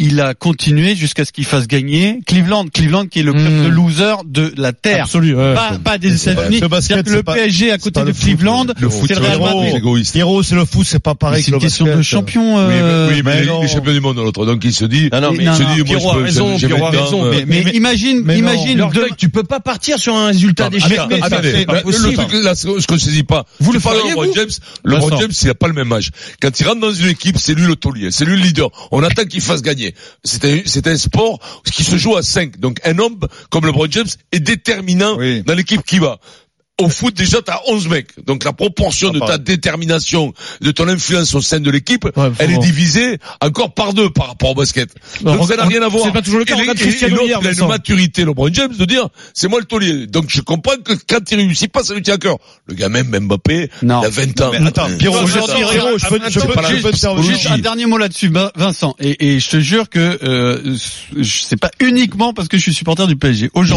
Speaker 8: il a continué jusqu'à ce qu'il fasse gagner Cleveland. Cleveland qui est le club
Speaker 10: Mm.
Speaker 8: de loser de la terre.
Speaker 10: Absolu. ouais.
Speaker 8: Pas, pas des États-Unis.
Speaker 7: Le basket,
Speaker 8: C'est-à-dire que
Speaker 7: c'est
Speaker 8: le
Speaker 7: pas-
Speaker 8: PSG à
Speaker 7: c'est pas
Speaker 8: côté de
Speaker 7: le foot,
Speaker 8: Cleveland,
Speaker 7: le foot,
Speaker 8: c'est le Real
Speaker 7: c'est vraiment-
Speaker 8: Madrid.
Speaker 4: égoïste.
Speaker 7: Héros, c'est le foot, c'est pas
Speaker 8: Mais
Speaker 7: pareil
Speaker 8: C'est
Speaker 7: que
Speaker 8: une
Speaker 7: le
Speaker 8: question
Speaker 7: basket.
Speaker 8: de champion.
Speaker 4: Oui, mais,
Speaker 8: euh,
Speaker 4: oui, mais
Speaker 7: mais
Speaker 4: il est-
Speaker 7: non.
Speaker 4: il est champion du monde, l'autre. Donc, il se dit,
Speaker 6: Ah Non, non,
Speaker 8: mais-
Speaker 6: mais
Speaker 8: non,
Speaker 4: il se
Speaker 8: non,
Speaker 4: dit,
Speaker 6: Pierrot
Speaker 4: moi,
Speaker 6: a
Speaker 4: je peux,
Speaker 6: raison,
Speaker 4: j'ai
Speaker 6: Pierrot a
Speaker 4: 20 ans,
Speaker 6: raison,
Speaker 4: euh,
Speaker 8: mais, mais imagine,
Speaker 7: mais non.
Speaker 8: imagine
Speaker 6: Leur
Speaker 8: demain-
Speaker 6: gueule, tu peux pas partir sur un résultat des
Speaker 4: Ah, mais, attendez,
Speaker 6: c'est pas
Speaker 4: le- le
Speaker 6: possible.
Speaker 4: truc, là, ce ce que je saisis pas. Vous le parlez, LeBron James, LeBron
Speaker 6: Vincent.
Speaker 4: James, il a pas le même âge. Quand il rentre dans une équipe, c'est lui le taulier, c'est lui le leader. On attend qu'il fasse gagner. C'est un, c'est un sport qui se joue à 5. Donc, un homme comme LeBron James est déterminant
Speaker 7: Oui.
Speaker 4: dans l'équipe qui va. Au foot, déjà, t'as 11 mecs. Donc, la proportion de ta détermination, de ton influence au sein de l'équipe,
Speaker 10: faut
Speaker 4: elle est
Speaker 10: voir.
Speaker 4: divisée encore par deux par rapport au basket.
Speaker 10: Non,
Speaker 4: Donc, ça n'a
Speaker 10: on-
Speaker 4: rien à voir.
Speaker 10: c'est pas toujours le cas.
Speaker 4: Et les-
Speaker 10: Regarde
Speaker 4: et- et
Speaker 10: Cristiano
Speaker 4: l'autre,
Speaker 10: hier,
Speaker 4: il a une
Speaker 10: Vincent.
Speaker 4: maturité, LeBron James, de dire, c'est moi le taulier. Donc, je comprends que quand il réussit pas, ça lui tient à cœur. Le gars même, Mbappé,
Speaker 8: Non.
Speaker 4: il a 20 ans.
Speaker 7: Mais attends, Pierrot,
Speaker 4: Aujourd'hui,
Speaker 7: je peux- Pierrot, je peux, je peux,
Speaker 4: Attends,
Speaker 7: je peux te faire
Speaker 4: Juste-
Speaker 8: Juste un dernier mot là-dessus, Ben- Vincent. Et, et je te jure que euh, je- c'est pas uniquement parce que je suis supporter du PSG. Aujourd'hui,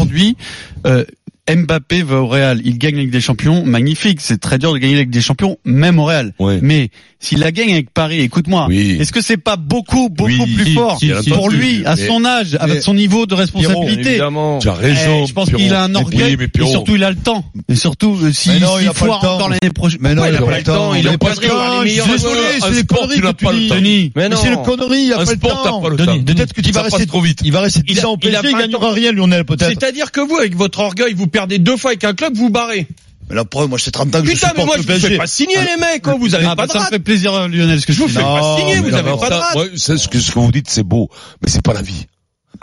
Speaker 8: euh, Mbappé va au Real. Il gagne la Ligue des Champions. Magnifique. C'est très dur de gagner la Ligue des Champions, même au Real.
Speaker 4: Ouais.
Speaker 8: Mais s'il la gagne avec Paris, écoute-moi.
Speaker 4: Oui.
Speaker 8: Est-ce que c'est pas beaucoup, beaucoup
Speaker 4: Oui,
Speaker 8: plus
Speaker 4: si,
Speaker 8: fort
Speaker 4: si, si,
Speaker 8: pour
Speaker 4: si.
Speaker 8: lui, à
Speaker 4: Mais-
Speaker 8: son âge, avec son niveau de responsabilité
Speaker 6: Évidemment.
Speaker 4: Tu as raison.
Speaker 8: Eh, je pense
Speaker 4: Pierrot.
Speaker 8: qu'il a un
Speaker 4: Mais
Speaker 8: orgueil
Speaker 4: oui, mais
Speaker 8: et
Speaker 4: Pierrot.
Speaker 8: surtout il a le temps. Et surtout euh, si
Speaker 7: Mais non, il
Speaker 8: s'il
Speaker 7: a pas
Speaker 8: foire
Speaker 7: le temps.
Speaker 8: encore l'année prochaine.
Speaker 7: Mais non,
Speaker 8: Pourquoi
Speaker 7: il a pas le temps, il
Speaker 8: Il
Speaker 7: a
Speaker 8: a pas
Speaker 7: pas le temps, je suis désolé,
Speaker 4: joueurs.
Speaker 7: c'est
Speaker 4: Un
Speaker 7: des
Speaker 4: sport,
Speaker 7: conneries
Speaker 4: tu n'as
Speaker 7: que tu
Speaker 4: pas le
Speaker 7: dis.
Speaker 4: temps.
Speaker 8: Denis,
Speaker 6: Mais non.
Speaker 7: C'est une connerie, il y a
Speaker 4: Un
Speaker 7: pas le
Speaker 4: sport, t'as
Speaker 7: temps.
Speaker 4: pas le
Speaker 10: Denis,
Speaker 4: temps.
Speaker 10: Denis,
Speaker 7: Peut-être que tu
Speaker 4: Ça
Speaker 7: vas
Speaker 4: passe
Speaker 7: rester
Speaker 4: trop vite.
Speaker 7: Il va rester 10
Speaker 6: Il a-
Speaker 7: ans au
Speaker 6: il a
Speaker 7: PSG, il
Speaker 6: pas le temps.
Speaker 7: gagnera rien, Lionel, peut-être.
Speaker 6: C'est-à-dire que vous, avec votre orgueil, vous perdez deux fois avec un club, vous barrez.
Speaker 7: Mais la preuve, moi, c'est 30 ans que je
Speaker 6: Putain, mais
Speaker 7: supporte
Speaker 6: moi,
Speaker 7: le
Speaker 6: je vous fais
Speaker 7: PSG.
Speaker 6: pas signer,
Speaker 10: Eh,
Speaker 6: les mecs,
Speaker 10: oh,
Speaker 6: quoi. Vous avez
Speaker 8: Ah,
Speaker 6: pas
Speaker 8: bah,
Speaker 6: de
Speaker 8: ça me
Speaker 6: rate.
Speaker 8: fait plaisir euh, Lionel ce que je vous
Speaker 6: Je vous fais
Speaker 8: fais.
Speaker 6: pas
Speaker 7: Non,
Speaker 6: signer,
Speaker 7: mais
Speaker 6: vous avez
Speaker 7: non,
Speaker 6: pas de
Speaker 4: Ça,
Speaker 6: rate.
Speaker 4: ouais, c'est ce que, ce que vous dites, c'est beau. Mais c'est pas la vie.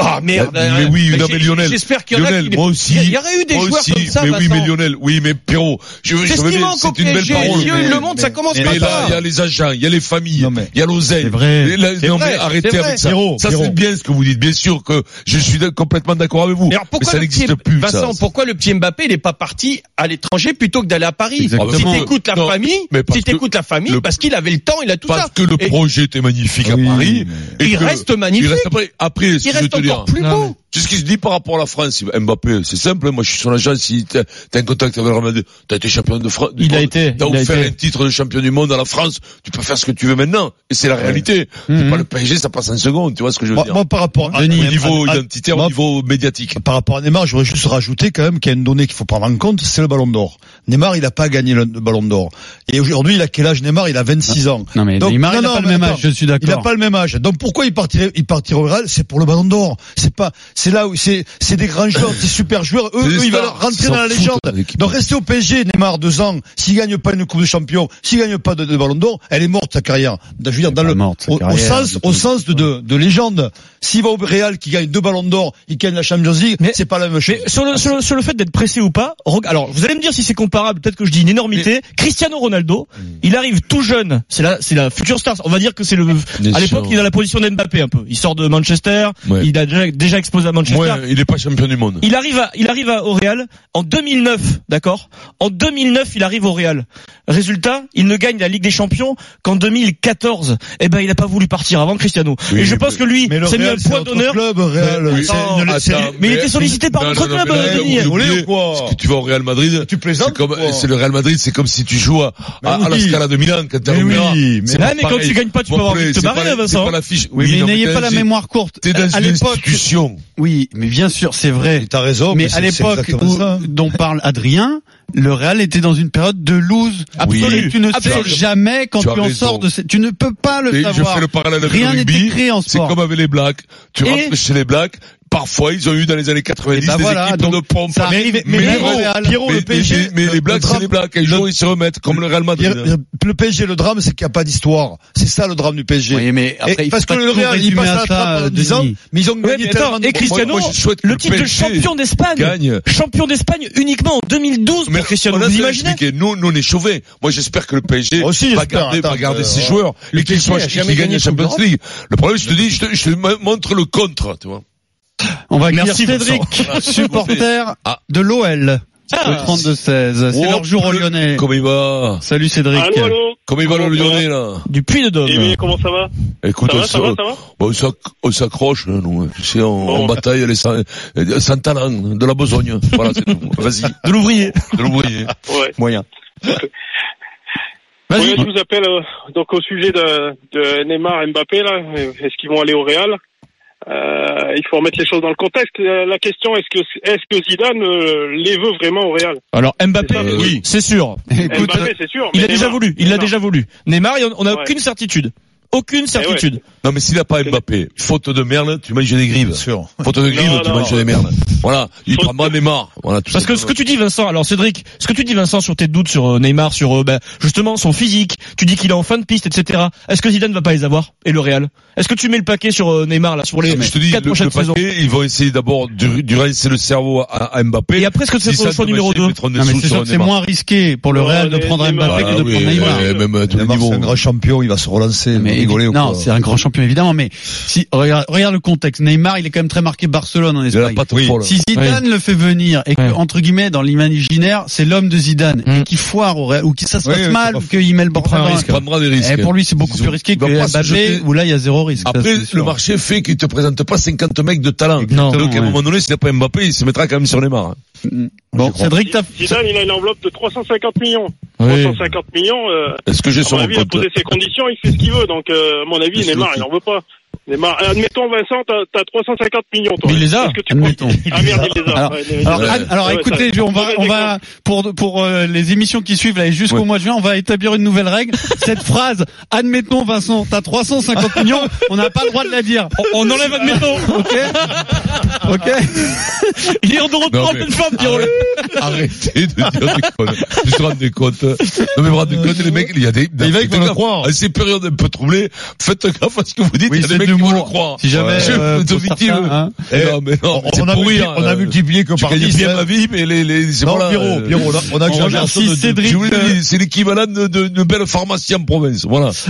Speaker 6: Ah, merde.
Speaker 4: Mais oui, non, mais
Speaker 6: j'ai-
Speaker 4: Lionel,
Speaker 6: J'espère qu'il y en a
Speaker 4: Lionel,
Speaker 6: qui...
Speaker 4: moi aussi.
Speaker 6: Il y aurait eu des
Speaker 4: moi
Speaker 6: joueurs
Speaker 4: aussi,
Speaker 6: comme ça,
Speaker 4: mais oui,
Speaker 6: Vincent.
Speaker 4: mais Lionel, oui, mais Pierrot, je, je
Speaker 6: C'est ce
Speaker 4: veux
Speaker 6: qui
Speaker 4: dire,
Speaker 6: manque au
Speaker 4: c'est une belle
Speaker 6: PSG.
Speaker 4: parole.
Speaker 6: Les yeux,
Speaker 4: mais-
Speaker 6: ils le montrent, ça commence
Speaker 4: Mais
Speaker 6: par
Speaker 4: là, il y
Speaker 6: ça.
Speaker 4: a les agents, il y a les familles,
Speaker 7: Non, mais-
Speaker 4: il y a l'oseille.
Speaker 8: C'est vrai.
Speaker 4: Et là, non, mais
Speaker 6: vrai,
Speaker 4: arrêtez
Speaker 6: Eh, c'est vrai.
Speaker 4: avec ça.
Speaker 7: Pierrot,
Speaker 4: ça,
Speaker 7: Pierrot.
Speaker 4: c'est bien ce que vous dites. Bien sûr que je suis complètement d'accord avec vous.
Speaker 6: Mais alors
Speaker 4: Mais
Speaker 6: pourquoi
Speaker 4: ça
Speaker 6: le petit-
Speaker 4: n'existe plus, ça.
Speaker 6: Vincent, pourquoi le petit Mbappé il n'est pas parti à l'étranger plutôt que d'aller à Paris
Speaker 4: Exactement.
Speaker 6: Si t'écoutes la
Speaker 4: Non,
Speaker 6: famille,
Speaker 4: mais parce
Speaker 6: si
Speaker 4: que
Speaker 6: t'écoutes la famille,
Speaker 4: le-
Speaker 6: parce qu'il avait le temps, il a tout
Speaker 4: Parce
Speaker 6: ça.
Speaker 4: que le
Speaker 6: Et
Speaker 4: projet était magnifique à
Speaker 7: Oui,
Speaker 4: Paris. et
Speaker 6: il
Speaker 4: que-
Speaker 6: reste
Speaker 4: il
Speaker 6: magnifique.
Speaker 4: reste après, après, ce
Speaker 6: Il
Speaker 4: que je vais
Speaker 6: reste
Speaker 4: te dire.
Speaker 6: encore plus
Speaker 10: Non,
Speaker 6: beau.
Speaker 10: mais-
Speaker 4: C'est ce qui se dit par rapport à la France. Mbappé, c'est simple. hein. Moi, je suis son agent. Si t'as t'as un contact avec le Real Madrid, t'as été champion de France.
Speaker 10: Il a été,
Speaker 4: T'as
Speaker 10: il a
Speaker 4: offert
Speaker 10: été.
Speaker 4: un titre de champion du monde à la France. Tu peux faire ce que tu veux maintenant. Et c'est la réalité.
Speaker 6: Mhm.
Speaker 4: C'est pas le PSG, ça passe en seconde. Tu vois ce que je veux
Speaker 7: Moi,
Speaker 4: dire
Speaker 7: moi, par rapport à,
Speaker 4: Au
Speaker 7: à-
Speaker 4: niveau
Speaker 6: ah,
Speaker 7: à-
Speaker 4: identitaire,
Speaker 7: moi,
Speaker 4: au niveau médiatique.
Speaker 7: par rapport à Neymar, j'aurais juste rajouté quand même qu'il y a une donnée qu'il faut prendre en compte, c'est le ballon d'or. Neymar, il a pas gagné le ballon d'or. Et aujourd'hui, il a quel âge Neymar Il a 26 ans.
Speaker 8: Non, mais Neymar, il a pas le
Speaker 7: mais
Speaker 8: même
Speaker 7: attends,
Speaker 8: âge, je suis
Speaker 7: Il a
Speaker 8: d'accord.
Speaker 7: pas le même âge. Donc pourquoi il partirait, il partirait au Real C'est pour le ballon d'or. C'est pas, c'est là où c'est, c'est des grands joueurs, des super joueurs. Eux,
Speaker 4: C'est des
Speaker 7: eux, ils veulent
Speaker 4: stars. Ils
Speaker 7: rentrer
Speaker 4: s'en
Speaker 7: dans la
Speaker 4: foutent
Speaker 7: légende.
Speaker 4: de l'équipe.
Speaker 7: Donc rester au PSG, Neymar, deux ans. S'il gagne pas une Coupe de Champion, s'il gagne pas de, de ballon d'or, elle est morte sa carrière. Je veux dire, dans
Speaker 8: pas
Speaker 7: le,
Speaker 8: morte, sa
Speaker 7: au, au
Speaker 8: carrière,
Speaker 7: sens,
Speaker 8: du
Speaker 7: au
Speaker 8: tout.
Speaker 7: sens de, de, de légende. S'il va au Real, qui gagne deux ballons d'or, il gagne la Champions League,
Speaker 10: Mais-
Speaker 7: c'est pas la même chose.
Speaker 10: Mais sur le, sur le, sur le fait d'être pressé ou pas, reg- alors vous allez me dire si c'est comparable, peut-être que je dis une énormité. Cristiano Ronaldo,
Speaker 7: Mm.
Speaker 10: il arrive tout jeune, c'est la, c'est la future star. On va dire que c'est le, à l'époque il est dans la position d'Mbappé un peu. Il sort de Manchester,
Speaker 4: Ouais.
Speaker 10: il a déjà, déjà explosé à Manchester.
Speaker 4: Moi, il est pas champion du monde.
Speaker 10: Il arrive, à, il arrive à, au Real en 2009, d'accord En 2009, il arrive au Real. Résultat, il ne gagne la Ligue des Champions qu'en 2014. Eh ben, il n'a pas voulu partir avant Cristiano.
Speaker 4: Oui,
Speaker 10: Et je pense
Speaker 4: mais-
Speaker 10: que lui,
Speaker 7: Mais le
Speaker 10: c'est mis un
Speaker 7: Real, c'est
Speaker 10: point
Speaker 7: notre
Speaker 10: d'honneur.
Speaker 7: Club, Real,
Speaker 4: Oui.
Speaker 7: c'est
Speaker 10: Attends,
Speaker 7: une- c'est-
Speaker 4: attends,
Speaker 10: mais il était sollicité par
Speaker 4: Non,
Speaker 10: notre
Speaker 4: non, non,
Speaker 10: club,
Speaker 4: mais là,
Speaker 10: Denis.
Speaker 4: vous
Speaker 7: Vous voulez
Speaker 4: oubliez
Speaker 7: ou quoi
Speaker 4: que tu vas au Real Madrid.
Speaker 7: Tu plaisantes
Speaker 4: C'est comme,
Speaker 7: ou quoi
Speaker 4: c'est le Real Madrid, c'est comme si tu joues à, à,
Speaker 7: Mais
Speaker 4: à la
Speaker 7: oui.
Speaker 4: Scala de Milan quand t'es à
Speaker 7: Mais oui,
Speaker 4: Milan.
Speaker 7: mais
Speaker 4: C'est
Speaker 10: ouais,
Speaker 4: pas
Speaker 10: mais quand
Speaker 4: pareil.
Speaker 10: tu gagnes pas, tu
Speaker 4: Bon,
Speaker 10: peux avoir
Speaker 4: après,
Speaker 10: envie de te
Speaker 4: c'est
Speaker 10: barrer,
Speaker 4: pas la-
Speaker 10: Vincent.
Speaker 4: C'est pas la fiche.
Speaker 8: Oui, mais
Speaker 4: non,
Speaker 8: n'ayez
Speaker 4: t'es
Speaker 8: pas la
Speaker 4: dans une-
Speaker 8: mémoire courte.
Speaker 4: T'es dans
Speaker 8: à
Speaker 4: une
Speaker 8: l'époque.
Speaker 4: institution.
Speaker 8: Oui, mais bien sûr, c'est vrai.
Speaker 7: T'as raison,
Speaker 8: Mais
Speaker 7: c'est-
Speaker 8: à
Speaker 7: c'est
Speaker 8: l'époque
Speaker 7: exactement
Speaker 8: où-
Speaker 7: ça.
Speaker 8: dont parle Adrien, le Real était dans une période de lose absolue.
Speaker 4: Oui.
Speaker 8: tu ne
Speaker 4: Absolue.
Speaker 8: sais jamais quand
Speaker 4: Tu
Speaker 8: tu,
Speaker 4: as
Speaker 8: en
Speaker 4: raison.
Speaker 8: sors de ce... tu ne peux pas le
Speaker 4: Et je
Speaker 8: savoir.
Speaker 4: fais le parallèle avec
Speaker 8: Rien
Speaker 4: le
Speaker 8: n'était
Speaker 4: rugby.
Speaker 8: créé en
Speaker 4: C'est
Speaker 8: sport.
Speaker 4: comme avec les Blacks. Tu
Speaker 8: Et-
Speaker 4: rentres chez les Blacks. Parfois, ils ont eu dans les années 90
Speaker 8: Et ben
Speaker 4: des
Speaker 8: voilà,
Speaker 4: équipes
Speaker 8: donc,
Speaker 4: de pompe.
Speaker 8: ça arrive, mais là,
Speaker 4: Pierrot,
Speaker 8: au Real,
Speaker 4: Pierrot,
Speaker 7: le
Speaker 4: mais-
Speaker 7: PSG,
Speaker 4: mais- mais
Speaker 7: le-
Speaker 4: les
Speaker 7: le
Speaker 4: Blacks, c'est
Speaker 7: drame-
Speaker 4: les Blacks. Un
Speaker 7: le-
Speaker 4: jour, ils se remettent, comme le Real Madrid.
Speaker 7: Il- il- Le PSG, le drame, c'est qu'il n'y a pas d'histoire. C'est ça le drame du PSG.
Speaker 8: Oui, mais après,
Speaker 7: Et-
Speaker 8: il faut
Speaker 7: parce que
Speaker 8: pas
Speaker 7: le
Speaker 8: tout
Speaker 7: Real, il
Speaker 8: résumer
Speaker 7: passe
Speaker 8: à
Speaker 7: la
Speaker 8: ça,
Speaker 7: trappe en
Speaker 8: euh,
Speaker 7: 10 ans,
Speaker 8: Denis.
Speaker 7: mais ils ont
Speaker 10: Ouais,
Speaker 7: gagné
Speaker 10: mais
Speaker 7: tellement
Speaker 10: attends,
Speaker 7: de-
Speaker 10: et Cristiano,
Speaker 4: moi, je souhaite que
Speaker 10: le
Speaker 4: le
Speaker 10: titre de
Speaker 4: PSG
Speaker 10: champion d'Espagne,
Speaker 4: gagne.
Speaker 10: champion d'Espagne uniquement en 2012 pour Cristiano.
Speaker 4: on a
Speaker 10: Vous
Speaker 4: déjà
Speaker 10: imaginez
Speaker 4: expliqué. Nous, nous, on est chauvés. Moi, j'espère que le PSG
Speaker 7: Moi aussi,
Speaker 4: va
Speaker 7: j'espère.
Speaker 4: garder, va
Speaker 7: Attends,
Speaker 4: garder
Speaker 7: euh,
Speaker 4: ses
Speaker 7: ouais.
Speaker 4: joueurs et qu'ils soient,
Speaker 9: n'a
Speaker 4: qu'ils
Speaker 9: jamais
Speaker 4: gagnent
Speaker 9: gagné
Speaker 4: la
Speaker 9: de Coupe
Speaker 4: Champions League. Le problème, je te dis, je te, je te mo- montre le contre, tu vois.
Speaker 8: On va accueillir
Speaker 10: Merci,
Speaker 8: Cédric, supporter
Speaker 4: Ah.
Speaker 8: de l'OL,
Speaker 10: Ah.
Speaker 8: le 32-16. C'est
Speaker 4: Oh,
Speaker 8: leur jour au
Speaker 4: le-
Speaker 8: Lyonnais.
Speaker 4: Comment il va?
Speaker 8: Salut Cédric.
Speaker 11: Allô, allô
Speaker 4: Comment il va le
Speaker 11: Comment ça va
Speaker 4: Lyonnais, là?
Speaker 10: Du puits de Dôme.
Speaker 11: Eh bien, comment ça va
Speaker 4: Écoute,
Speaker 11: Ça va,
Speaker 4: on
Speaker 11: ça va,
Speaker 4: se-
Speaker 11: ça va
Speaker 4: bon, on s'acc- on s'accroche, hein, nous. hein. Tu sais, on,
Speaker 11: Bon.
Speaker 4: on bataille les sans, euh, sans talent, de la besogne. Voilà, c'est tout. Vas-y.
Speaker 10: De l'ouvrier.
Speaker 4: De l'ouvrier.
Speaker 11: Ouais.
Speaker 10: Moyen.
Speaker 11: Ouais, je vous appelle euh, donc au sujet de, de Neymar, Mbappé là. Euh, Est-ce qu'ils vont aller au Real Euh, Il faut remettre les choses dans le contexte. Euh, La question est-ce que est-ce que Zidane euh, les veut vraiment au Real
Speaker 10: Alors Mbappé,
Speaker 11: Euh,
Speaker 10: oui, c'est sûr.
Speaker 8: Écoute,
Speaker 11: Mbappé, c'est sûr.
Speaker 10: Il
Speaker 11: mais
Speaker 10: a déjà
Speaker 11: Neymar,
Speaker 10: voulu. Il l'a
Speaker 11: Neymar.
Speaker 10: déjà voulu. Neymar, il y en- on n'a
Speaker 11: Ouais. Eh
Speaker 10: aucune certitude. Aucune certitude.
Speaker 4: Non, mais s'il n'a pas Mbappé, faute de merde, tu manges des grives.
Speaker 7: Sûr.
Speaker 4: Faute de grives,
Speaker 11: Non,
Speaker 4: tu
Speaker 11: non.
Speaker 4: manges des merdes. Voilà. Il
Speaker 11: Faute-
Speaker 4: prendra mes morts. Voilà, tout
Speaker 10: Parce que ce que tu dis Vincent, alors Cédric, ce que tu dis Vincent sur tes doutes sur euh, Neymar, sur euh, bah, justement son physique, tu dis qu'il est en fin de piste, etc. Est-ce que Zidane va pas les avoir et le Real Est-ce que tu mets le paquet sur euh, Neymar là sur les
Speaker 4: je te dis,
Speaker 10: quatre
Speaker 4: le,
Speaker 10: prochaines
Speaker 4: le
Speaker 10: saisons
Speaker 4: paquet, ils vont essayer d'abord du, du c'est le cerveau à, à Mbappé.
Speaker 10: Et après, est-ce que c'est
Speaker 4: Si
Speaker 10: pour
Speaker 4: ça,
Speaker 10: le
Speaker 4: de
Speaker 10: choix numéro
Speaker 4: Messi,
Speaker 10: 2
Speaker 4: ils mettront des
Speaker 8: non, mais
Speaker 4: sous
Speaker 8: c'est
Speaker 4: sur
Speaker 8: sûr que c'est
Speaker 4: Neymar.
Speaker 8: moins risqué pour le
Speaker 11: Ouais,
Speaker 8: Real de
Speaker 11: mais
Speaker 8: prendre
Speaker 11: Neymar,
Speaker 8: Mbappé
Speaker 4: Voilà,
Speaker 8: que de
Speaker 4: oui,
Speaker 8: prendre Neymar.
Speaker 4: euh, même à tous les
Speaker 7: Neymar,
Speaker 4: niveaux.
Speaker 7: c'est un grand champion, il va se relancer.
Speaker 8: Mais
Speaker 7: vous rigolez ou
Speaker 8: non,
Speaker 7: quoi
Speaker 8: c'est un grand champion évidemment, mais si regarde, regarde le contexte. Neymar, il est quand même très marqué Barcelone en
Speaker 4: Il a la
Speaker 8: Espagne.
Speaker 4: patte folle.
Speaker 8: Si Zidane le fait venir et que
Speaker 10: Ouais.
Speaker 8: entre guillemets dans l'imaginaire, c'est l'homme de Zidane
Speaker 10: Mm.
Speaker 8: et qu'il foire au Real, ou que ça se
Speaker 7: Oui,
Speaker 8: passe
Speaker 7: oui,
Speaker 8: mal
Speaker 7: c'est
Speaker 8: ou
Speaker 7: pas
Speaker 8: qu'il met le
Speaker 4: Il
Speaker 8: bordel.
Speaker 4: prendra-
Speaker 8: dans-
Speaker 4: il prendra des risques.
Speaker 8: Eh, pour lui, c'est beaucoup plus risqué
Speaker 4: Il va
Speaker 8: que
Speaker 4: pas se
Speaker 8: Mbappé
Speaker 4: jeter.
Speaker 8: où là il y a zéro risque. ça,
Speaker 4: Après,
Speaker 8: c'est sûr.
Speaker 4: le marché fait qu'il te présente pas 50 mecs de talent.
Speaker 10: Exactement,
Speaker 4: Donc, à un
Speaker 8: ouais.
Speaker 4: moment donné, s'il n'a pas Mbappé, il se mettra quand même sur les mains.
Speaker 8: Bon, Cédric, t'as
Speaker 11: Zidane, il a une enveloppe de 350 millions.
Speaker 10: Oui.
Speaker 11: 350 millions. euh,
Speaker 4: Est-ce que j'ai
Speaker 11: à
Speaker 4: sur
Speaker 11: mon
Speaker 4: mon
Speaker 11: avis, il a
Speaker 4: compte?
Speaker 11: posé ses conditions, il fait ce qu'il veut. Donc, euh, à mon avis,
Speaker 4: Qu'est-ce
Speaker 11: Neymar,
Speaker 4: que-
Speaker 11: il en veut pas. Neymar, admettons, Vincent, t'as t'as 350 millions, toi.
Speaker 10: Mais il les a,
Speaker 11: Est-ce que tu crois-
Speaker 8: admettons.
Speaker 11: Ah merde, il les a.
Speaker 8: Alors-
Speaker 11: Ouais, il les a.
Speaker 8: Alors,
Speaker 4: Ouais.
Speaker 8: Anne, alors
Speaker 11: Ouais,
Speaker 8: écoutez,
Speaker 11: ça-
Speaker 8: on va,
Speaker 11: ça
Speaker 8: on
Speaker 11: des
Speaker 8: va pour pour euh, les émissions qui suivent là et jusqu'au
Speaker 4: Ouais.
Speaker 8: mois de juin, on va établir une nouvelle règle. Cette phrase, admettons Vincent, t'as 350 millions, on n'a pas le droit de la dire.
Speaker 10: On enlève admettons.
Speaker 8: Ok, ok.
Speaker 10: Il est en de reprendre
Speaker 4: mais-
Speaker 10: une femme
Speaker 4: Ah
Speaker 10: Pierrot.
Speaker 4: ouais. Arrêtez de dire des connes. Tu te rends des comptes. Non, mais vous vous rendez compte, les mecs, il y a des,
Speaker 7: Les mecs
Speaker 4: faites
Speaker 7: vont le
Speaker 4: gaffe.
Speaker 7: croire.
Speaker 4: À ces périodes un peu troublées, faites gaffe à ce que vous dites,
Speaker 8: Oui,
Speaker 4: il y a
Speaker 8: c'est
Speaker 4: des mecs
Speaker 8: de
Speaker 4: qui vont le
Speaker 8: l'humour.
Speaker 4: croire.
Speaker 8: Si jamais,
Speaker 4: Je
Speaker 8: euh,
Speaker 4: suis
Speaker 8: pour
Speaker 4: victime.
Speaker 8: certains, hein.
Speaker 4: Eh, non, mais non,
Speaker 7: on,
Speaker 4: c'est
Speaker 7: on a
Speaker 4: pour
Speaker 7: multi-
Speaker 4: rire.
Speaker 7: on a
Speaker 4: euh,
Speaker 7: multiplié que
Speaker 4: Je
Speaker 7: par
Speaker 4: gagne
Speaker 7: 10.
Speaker 4: bien
Speaker 7: hein.
Speaker 4: ma vie, mais les, les, c'est
Speaker 7: Non,
Speaker 4: voilà,
Speaker 7: Pierrot, euh,
Speaker 4: euh,
Speaker 7: Pierrot, on a, on a
Speaker 4: on
Speaker 7: exagéré
Speaker 4: remercie
Speaker 7: de- de-
Speaker 4: Cédric. Je vous l'ai dit, C'est l'équivalent de, de, de belle pharmacie en province. Voilà.